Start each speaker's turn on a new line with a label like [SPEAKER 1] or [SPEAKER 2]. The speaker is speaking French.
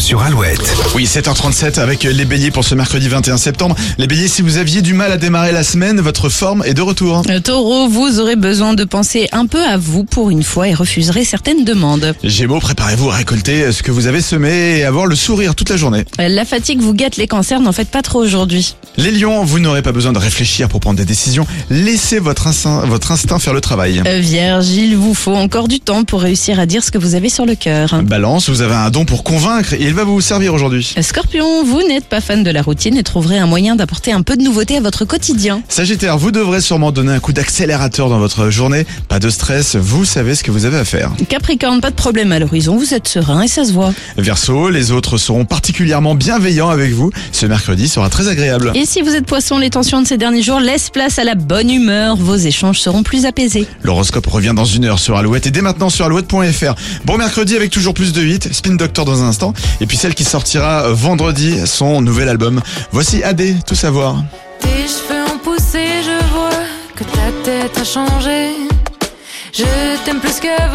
[SPEAKER 1] sur Alouette.
[SPEAKER 2] Oui, 7h37 avec les béliers pour ce mercredi 21 septembre. Les béliers, si vous aviez du mal à démarrer la semaine, votre forme est de retour.
[SPEAKER 3] Euh, Taureau, vous aurez besoin de penser un peu à vous pour une fois et refuserez certaines demandes.
[SPEAKER 2] Gémeaux, préparez-vous à récolter ce que vous avez semé et avoir le sourire toute la journée.
[SPEAKER 3] Euh, La fatigue vous gâte les cancers, n'en faites pas trop aujourd'hui.
[SPEAKER 2] Les lions, vous n'aurez pas besoin de réfléchir pour prendre des décisions. Laissez votre instinct, votre instinct faire le travail.
[SPEAKER 3] Euh, Vierge, il vous faut encore du temps pour réussir à dire ce que vous avez sur le cœur.
[SPEAKER 2] Balance, vous avez un don pour convaincre et il va vous servir aujourd'hui.
[SPEAKER 3] Euh, Scorpion, vous n'êtes pas fan de la routine et trouverez un moyen d'apporter un peu de nouveauté à votre quotidien.
[SPEAKER 2] Sagittaire, vous devrez sûrement donner un coup d'accélérateur dans votre journée. Pas de stress, vous savez ce que vous avez à faire.
[SPEAKER 3] Capricorne, pas de problème à l'horizon, vous êtes serein et ça se voit.
[SPEAKER 2] Verseau, les autres seront particulièrement bienveillants avec vous. Ce mercredi sera très agréable.
[SPEAKER 3] Et si vous êtes poisson, les tensions de ces derniers jours laissent place à la bonne humeur, vos échanges seront plus apaisés.
[SPEAKER 2] L'horoscope revient dans une heure sur Alouette et dès maintenant sur alouette.fr. Bon mercredi avec toujours plus de hits, Spin Doctor dans un instant, et puis celle qui sortira vendredi, son nouvel album. Voici AD, tout savoir.
[SPEAKER 4] Tes cheveux ont poussé, je vois que ta tête a changé. Je t'aime plus qu'avant.